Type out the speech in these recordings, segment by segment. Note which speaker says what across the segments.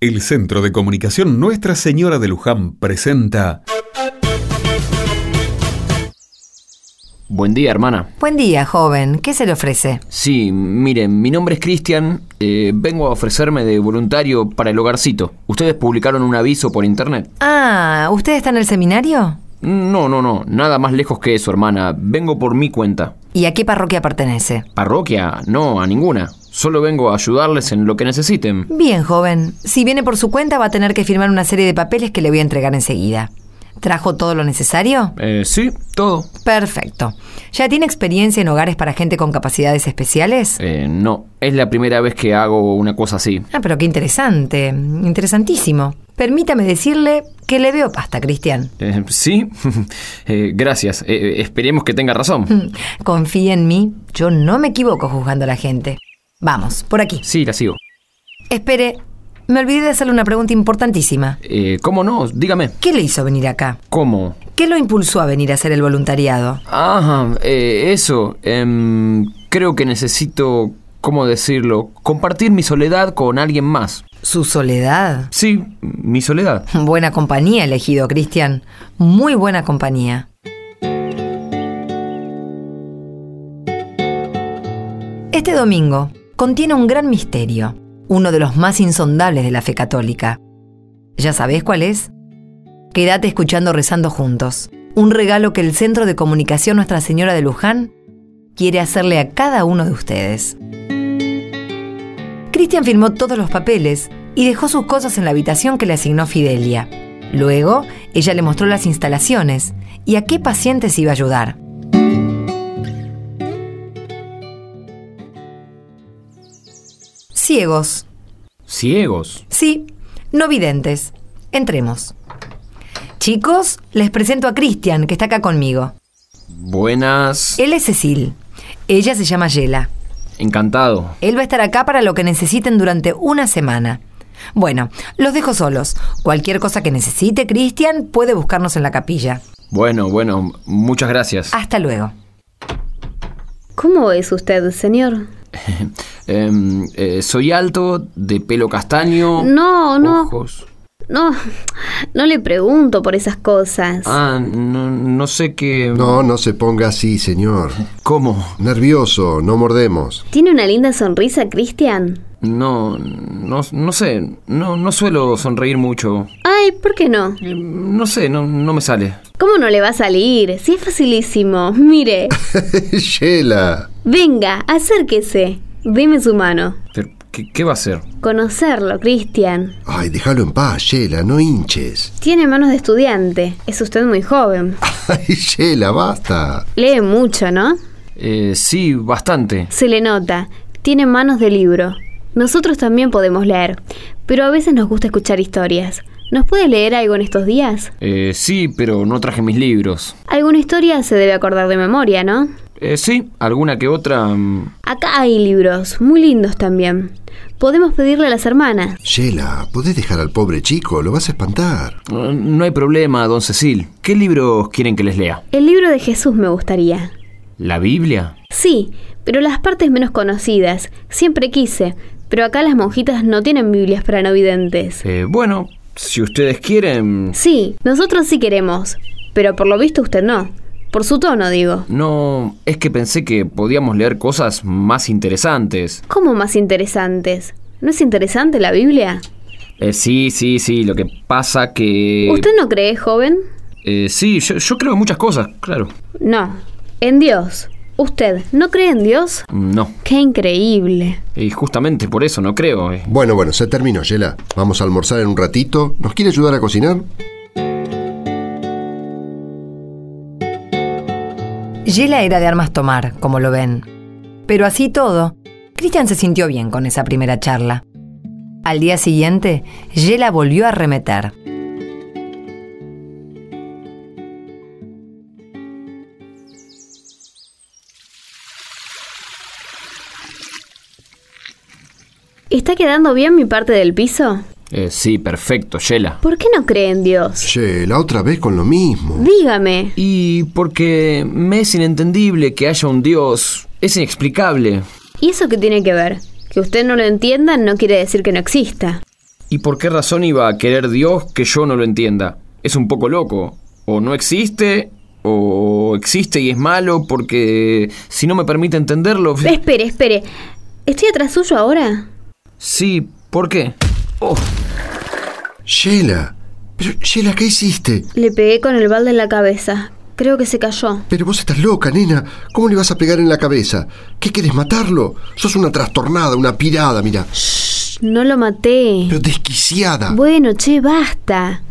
Speaker 1: El Centro de Comunicación Nuestra Señora de Luján presenta
Speaker 2: Buen día, hermana.
Speaker 3: Buen día, joven. ¿Qué se le ofrece?
Speaker 2: Sí, miren, mi nombre es Cristian. eh, vengo a ofrecerme de voluntario para el hogarcito. ¿Ustedes publicaron un aviso por internet?
Speaker 3: Ah, ¿usted está en el seminario?
Speaker 2: No, no, no. Nada más lejos que eso, hermana. Vengo por mi cuenta.
Speaker 3: ¿Y a qué parroquia pertenece?
Speaker 2: ¿Parroquia? No, a ninguna. Solo vengo a ayudarles en lo que necesiten.
Speaker 3: Bien, joven. Si viene por su cuenta va a tener que firmar una serie de papeles que le voy a entregar enseguida. ¿Trajo todo lo necesario?
Speaker 2: Eh, sí, todo.
Speaker 3: Perfecto. ¿Ya tiene experiencia en hogares para gente con capacidades especiales?
Speaker 2: Eh, no, es la primera vez que hago una cosa así.
Speaker 3: Ah, pero qué interesante. Interesantísimo. Permítame decirle que le veo pasta, Cristian.
Speaker 2: Eh, sí, Eh, gracias. Eh, esperemos que tenga razón.
Speaker 3: Mm. Confíe en mí. Yo no me equivoco juzgando a la gente. Vamos, por aquí.
Speaker 2: Sí, la sigo.
Speaker 3: Espere, me olvidé de hacerle una pregunta importantísima.
Speaker 2: Eh, ¿Cómo no? Dígame.
Speaker 3: ¿Qué le hizo venir acá?
Speaker 2: ¿Cómo?
Speaker 3: ¿Qué lo impulsó a venir a hacer el voluntariado?
Speaker 2: Ajá, eh, eso. em, creo que necesito, ¿cómo decirlo? Compartir mi soledad con alguien más.
Speaker 3: ¿Su soledad?
Speaker 2: Sí, mi soledad.
Speaker 3: Buena compañía elegido, Cristian. Muy buena compañía. Este domingo contiene un gran misterio, uno de los más insondables de la fe católica. ¿Ya sabés cuál es? Quédate escuchando Rezando Juntos, un regalo que el Centro de Comunicación Nuestra Señora de Luján quiere hacerle a cada uno de ustedes. Cristian firmó todos los papeles y dejó sus cosas en la habitación que le asignó Fidelia. Luego, ella le mostró las instalaciones y a qué pacientes iba a ayudar. Ciegos.
Speaker 2: Ciegos.
Speaker 3: Sí, no videntes. Entremos. Chicos, les presento a Cristian, que está acá conmigo.
Speaker 2: Buenas.
Speaker 4: Eh.
Speaker 3: Él es Cecil. Ella se llama Yela.
Speaker 2: Encantado.
Speaker 3: Él va a estar acá para lo que necesiten durante una semana. Bueno, los dejo solos. Cualquier cosa que necesite Cristian puede buscarnos en la capilla.
Speaker 2: Bueno, bueno, muchas gracias.
Speaker 4: Ah.
Speaker 3: Hasta luego.
Speaker 4: ¿Cómo es usted, señor?
Speaker 2: Em, eh, soy alto, de pelo castaño.
Speaker 4: No, no.
Speaker 2: Ojos.
Speaker 4: No, no le pregunto por esas cosas.
Speaker 2: Ah, no, no sé qué.
Speaker 5: No, no se ponga así, señor.
Speaker 2: ¿Cómo?
Speaker 5: Nervioso, no mordemos.
Speaker 4: ¿Tiene una linda sonrisa, Cristian?
Speaker 2: No, no, no sé. No, no suelo sonreír mucho.
Speaker 4: Ay, ¿por qué no?
Speaker 2: Eh, No sé, no, no me sale.
Speaker 4: ¿Cómo no le va a salir? Si es facilísimo. Mire,
Speaker 5: Yela.
Speaker 4: venga, acérquese. Deme su mano.
Speaker 2: Pero, ¿qué, qué va a ser?
Speaker 4: Conocerlo, Cristian.
Speaker 5: Ay, déjalo en paz, Yela, no hinches.
Speaker 4: Tiene manos de estudiante. Es usted muy joven.
Speaker 5: Ay, Yela, basta.
Speaker 4: Lee mucho, ¿no?
Speaker 2: Eh, sí, bastante.
Speaker 4: Se le nota. Tiene manos de libro. Nosotros también podemos leer, pero a veces nos gusta escuchar historias. ¿Nos puede leer algo en estos días?
Speaker 2: Eh, sí, pero no traje mis libros.
Speaker 4: Alguna historia se debe acordar de memoria, ¿no?
Speaker 2: Eh, sí, alguna que otra... mm,
Speaker 4: Acá hay libros, muy lindos también. Podemos pedirle a las hermanas.
Speaker 5: Yela, ¿podés dejar al pobre chico? Lo vas a espantar.
Speaker 2: No hay problema, don Cecil. ¿Qué libros quieren que les lea?
Speaker 4: El libro de Jesús me gustaría.
Speaker 2: ¿La Biblia?
Speaker 4: Sí, pero las partes menos conocidas. Siempre quise, pero acá las monjitas no tienen Biblias para no videntes.
Speaker 2: Eh, bueno, si ustedes quieren...
Speaker 4: Sí, nosotros sí queremos, pero por lo visto usted no. Por su tono, digo.
Speaker 2: No, es que pensé que podíamos leer cosas más interesantes.
Speaker 4: ¿Cómo más interesantes? ¿No es interesante la Biblia?
Speaker 2: Eh, sí, sí, sí, lo que pasa que...
Speaker 4: ¿Usted no cree, joven?
Speaker 2: Eh, sí, yo, yo creo en muchas cosas, claro.
Speaker 4: No, en Dios. ¿Usted no cree en Dios?
Speaker 2: Mm, No,
Speaker 4: ¡Qué increíble!
Speaker 2: y justamente por eso no creo. eh.
Speaker 5: Bueno, bueno, se terminó, Yela. Vamos a almorzar en un ratito. ¿Nos quiere ayudar a cocinar?
Speaker 3: Yela era de armas tomar, como lo ven. Pero así todo, Cristian se sintió bien con esa primera charla. Al día siguiente, Yela volvió a remeter.
Speaker 4: ¿Está quedando bien mi parte del piso?
Speaker 2: Eh, sí, perfecto, Yela.
Speaker 4: ¿Por qué no cree en Dios?
Speaker 5: Yela, otra vez con lo mismo.
Speaker 4: Dígame.
Speaker 2: Y porque me es inentendible que haya un Dios. Es inexplicable.
Speaker 4: ¿Y eso qué tiene que ver? Que usted no lo entienda no quiere decir que no exista.
Speaker 2: ¿Y por qué razón iba a querer Dios que yo no lo entienda? Es un poco loco. O no existe, o existe y es malo, porque si no me permite entenderlo...
Speaker 4: Espere, espere. ¿Estoy atrás suyo ahora?
Speaker 2: Sí, ¿por qué? Oh,
Speaker 5: Sheila, pero Sheila, ¿qué hiciste?
Speaker 4: Le pegué con el balde en la cabeza. Creo que se cayó.
Speaker 5: Pero vos estás loca, nena. ¿Cómo le vas a pegar en la cabeza? ¿Qué querés matarlo? Sos una trastornada, una pirada, mira.
Speaker 4: Shh, no lo maté.
Speaker 5: Pero desquiciada.
Speaker 4: Bueno, che, basta.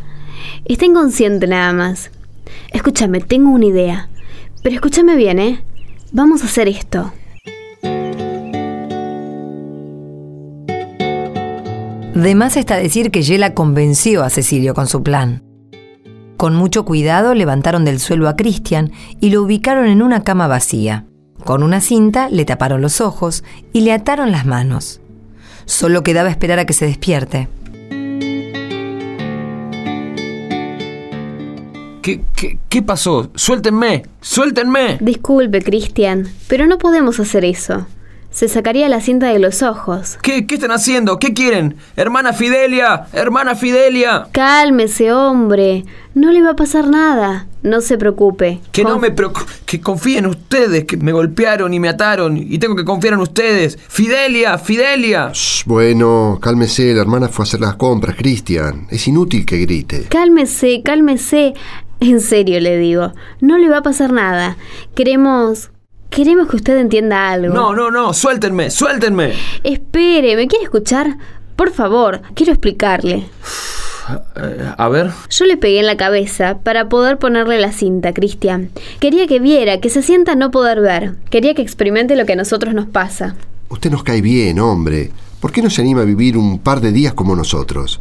Speaker 4: Está inconsciente nada más. Escúchame, tengo una idea. Pero escúchame bien, ¿eh? Vamos a hacer esto.
Speaker 3: De más está decir que Yela convenció a Cecilio con su plan. Con mucho cuidado levantaron del suelo a Cristian y lo ubicaron en una cama vacía. Con una cinta le taparon los ojos y le ataron las manos. Solo quedaba esperar a que se despierte.
Speaker 2: ¿qué, qué, qué pasó? Suéltenme, suéltenme.
Speaker 4: Disculpe, Cristian, pero no podemos hacer eso. Se sacaría la cinta de los ojos.
Speaker 2: ¿Qué, ¿Qué están haciendo? ¿Qué quieren? Hermana Fidelia, hermana Fidelia.
Speaker 4: Cálmese, hombre. No le va a pasar nada. No se preocupe.
Speaker 2: Que no
Speaker 4: Con-
Speaker 2: me preocu- que confíen ustedes, que me golpearon y me ataron y tengo que confiar en ustedes. Fidelia, Fidelia.
Speaker 5: Shh, Bueno, cálmese, la hermana fue a hacer las compras, Cristian. Es inútil que grite.
Speaker 4: Cálmese, cálmese. En serio le digo, no le va a pasar nada. Queremos... Queremos que usted entienda algo.
Speaker 2: No, no, no, suéltenme, suéltenme.
Speaker 4: Espere, ¿me quiere escuchar? Por favor, quiero explicarle.
Speaker 2: Eh, a ver.
Speaker 4: Yo le pegué en la cabeza para poder ponerle la cinta, Cristian. Quería que viera, que se sienta a no poder ver. Quería que experimente lo que a nosotros nos pasa.
Speaker 5: Usted nos cae bien, hombre. ¿Por qué no se anima a vivir un par de días como nosotros?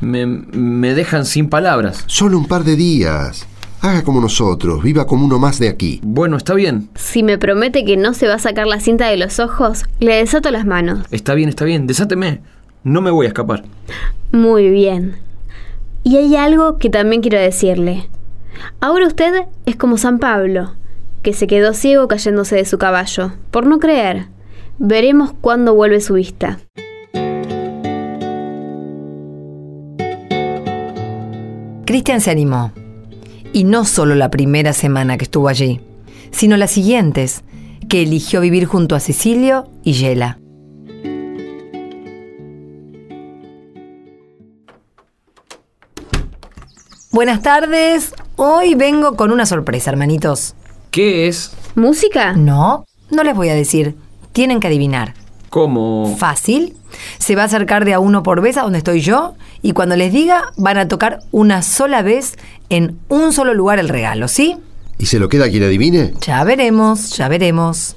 Speaker 2: Me, me dejan sin palabras.
Speaker 5: Solo un par de días. Haga como nosotros, viva como uno más de aquí.
Speaker 2: Bueno, está bien.
Speaker 4: Si me promete que no se va a sacar la cinta de los ojos, le desato las manos.
Speaker 2: Está bien, está bien. Desáteme. No me voy a escapar.
Speaker 4: Muy bien. Y hay algo que también quiero decirle. Ahora usted es como San Pablo, que se quedó ciego cayéndose de su caballo, por no creer. Veremos cuándo vuelve su vista.
Speaker 3: Cristian se animó. Y no solo la primera semana que estuvo allí, sino las siguientes, que eligió vivir junto a Cecilio y Yela. Buenas tardes. Hoy vengo con una sorpresa, hermanitos.
Speaker 2: ¿Qué es?
Speaker 4: ¿Música?
Speaker 3: No, no les voy a decir. Tienen que adivinar.
Speaker 2: ¿Cómo?
Speaker 3: Fácil. Se va a acercar de a uno por vez a donde estoy yo y cuando les diga van a tocar una sola vez en un solo lugar el regalo, ¿sí?
Speaker 5: ¿Y se lo queda quien adivine?
Speaker 3: Ya veremos, ya veremos.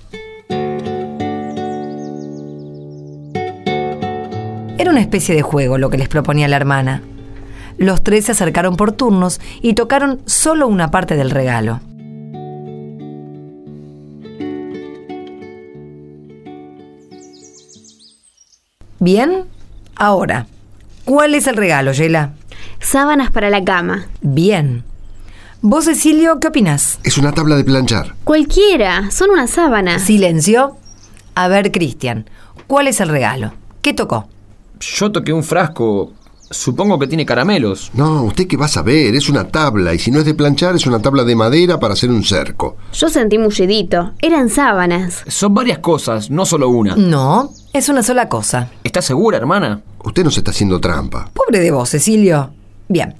Speaker 3: Era una especie de juego lo que les proponía la hermana. Los tres se acercaron por turnos y tocaron solo una parte del regalo. Bien, ahora, ¿cuál es el regalo, Yela?
Speaker 4: Sábanas para la cama.
Speaker 3: Bien. ¿Vos, Cecilio, qué opinás?
Speaker 5: Es una tabla de planchar.
Speaker 4: Cualquiera, son una sábana.
Speaker 3: Silencio. A ver, Cristian, ¿cuál es el regalo? ¿Qué tocó?
Speaker 2: Yo toqué un frasco. Supongo que tiene caramelos.
Speaker 5: No, usted qué va a saber, es una tabla, y si no es de planchar, es una tabla de madera para hacer un cerco.
Speaker 4: Yo sentí mullidito. Eran sábanas.
Speaker 2: Son varias cosas, no solo una.
Speaker 3: No, es una sola cosa.
Speaker 2: ¿Estás segura, hermana?
Speaker 5: Usted nos está haciendo trampa.
Speaker 3: Pobre de vos, Cecilio. Bien,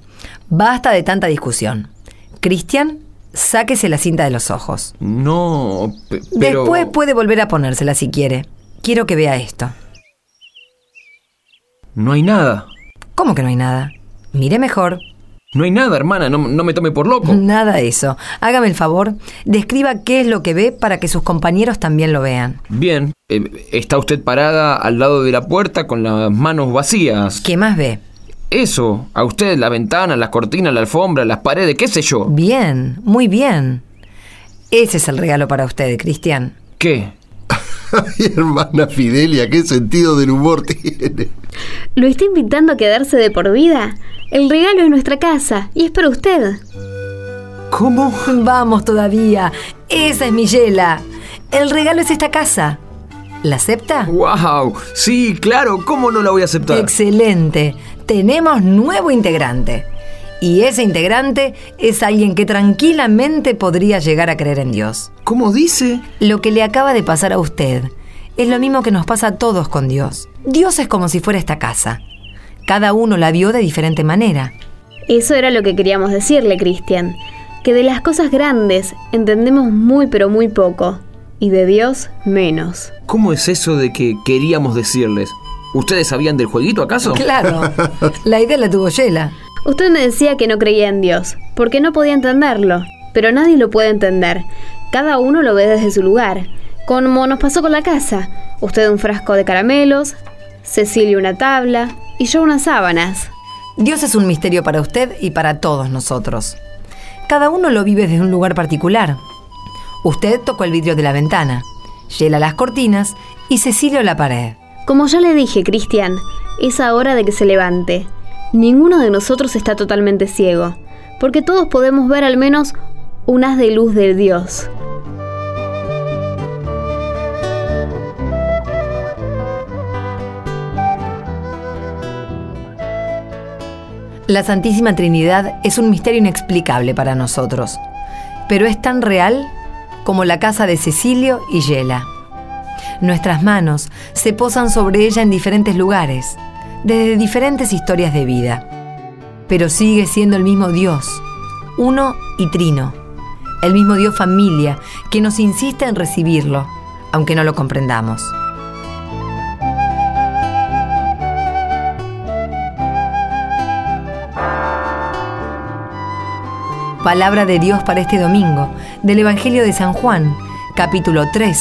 Speaker 3: basta de tanta discusión. Cristian, sáquese la cinta de los ojos.
Speaker 2: No, pe- pero...
Speaker 3: Después pues- puede volver a ponérsela si quiere. Quiero que vea esto.
Speaker 2: No hay nada.
Speaker 3: ¿Cómo que no hay nada? Mire mejor.
Speaker 2: No hay nada, hermana. No, no me tome por loco.
Speaker 3: Nada de eso. Hágame el favor, describa qué es lo que ve para que sus compañeros también lo vean.
Speaker 2: Bien. eh, está usted parada al lado de la puerta con las manos vacías.
Speaker 3: ¿Qué más ve?
Speaker 2: Eso. A usted, la ventana, las cortinas, la alfombra, las paredes, qué sé yo.
Speaker 3: Bien, muy bien. Ese es el regalo para usted, Cristian.
Speaker 2: ¿Qué?
Speaker 5: Ay, hermana Fidelia, qué sentido del humor tiene.
Speaker 4: ¿Lo está invitando a quedarse de por vida? El regalo es nuestra casa y es para usted.
Speaker 2: ¿Cómo?
Speaker 3: Vamos todavía. Esa es mi Yela. El regalo es esta casa. ¿La acepta?
Speaker 2: ¡Wow! Sí, claro. ¿Cómo no la voy a aceptar?
Speaker 3: Excelente. tenemos nuevo integrante. Y ese integrante es alguien que tranquilamente podría llegar a creer en Dios.
Speaker 2: ¿Cómo dice?
Speaker 3: Lo que le acaba de pasar a usted es lo mismo que nos pasa a todos con Dios. Dios es como si fuera esta casa. Cada uno la vio de diferente manera.
Speaker 4: Eso era lo que queríamos decirle, Cristian, que de las cosas grandes entendemos muy pero muy poco, y de Dios menos.
Speaker 2: ¿Cómo es eso de que queríamos decirles? ¿Ustedes sabían del jueguito acaso?
Speaker 3: Claro, la idea la tuvo Yela.
Speaker 4: Usted me decía que no creía en Dios, porque no podía entenderlo, pero nadie lo puede entender. Cada uno lo ve desde su lugar, como nos pasó con la casa. Usted un frasco de caramelos, Cecilia una tabla y yo unas sábanas.
Speaker 3: Dios es un misterio para usted y para todos nosotros. Cada uno lo vive desde un lugar particular. Usted tocó el vidrio de la ventana, Yela las cortinas y Cecilio la pared.
Speaker 4: Como ya le dije, Cristian, es ahora de que se levante. Ninguno de nosotros está totalmente ciego, porque todos podemos ver al menos un haz de luz de Dios.
Speaker 3: La Santísima Trinidad es un misterio inexplicable para nosotros, pero es tan real como la casa de Cecilio y Yela. Nuestras manos se posan sobre ella en diferentes lugares, desde diferentes historias de vida, pero sigue siendo el mismo Dios, uno y trino, el mismo Dios familia que nos insiste en recibirlo, aunque no lo comprendamos. Palabra de Dios para este domingo, del Evangelio de San Juan, capítulo 3,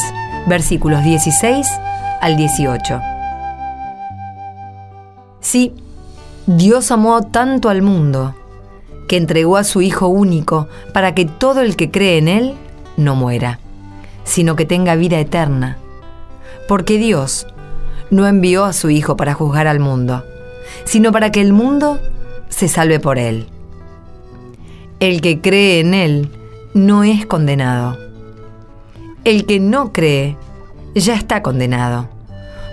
Speaker 3: versículos 16 al 18. Sí, Dios amó tanto al mundo, que entregó a su Hijo único para que todo el que cree en Él no muera, sino que tenga vida eterna. Porque Dios no envió a su Hijo para juzgar al mundo, sino para que el mundo se salve por Él. El que cree en Él no es condenado. El que no cree ya está condenado,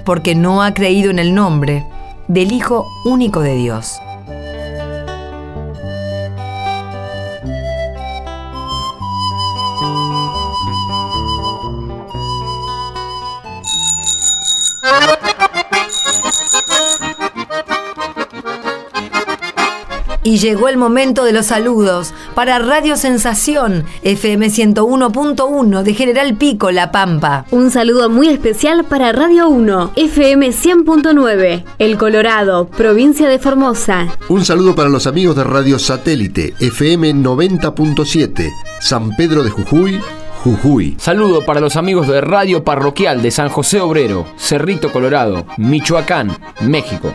Speaker 3: porque no ha creído en el nombre del Hijo único de Dios. Y llegó el momento de los saludos para Radio Sensación, FM 101.1 de General Pico, La Pampa.
Speaker 4: Un saludo muy especial para Radio 1, FM 100.9, El Colorado, provincia de Formosa.
Speaker 5: Un saludo para los amigos de Radio Satélite, FM 90.7, San Pedro de Jujuy, Jujuy.
Speaker 2: Saludo para los amigos de Radio Parroquial de San José Obrero, Cerrito Colorado, Michoacán, México.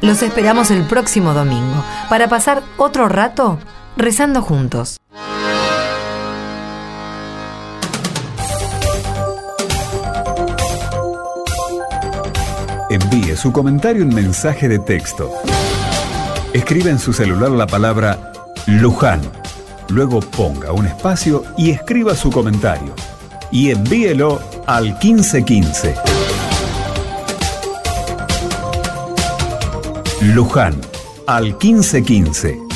Speaker 3: Los esperamos el próximo domingo para pasar otro rato rezando juntos.
Speaker 1: Envíe su comentario en mensaje de texto. Escribe en su celular la palabra Luján. Luego ponga un espacio y escriba su comentario. Y envíelo al 1515. Luján, al 1515.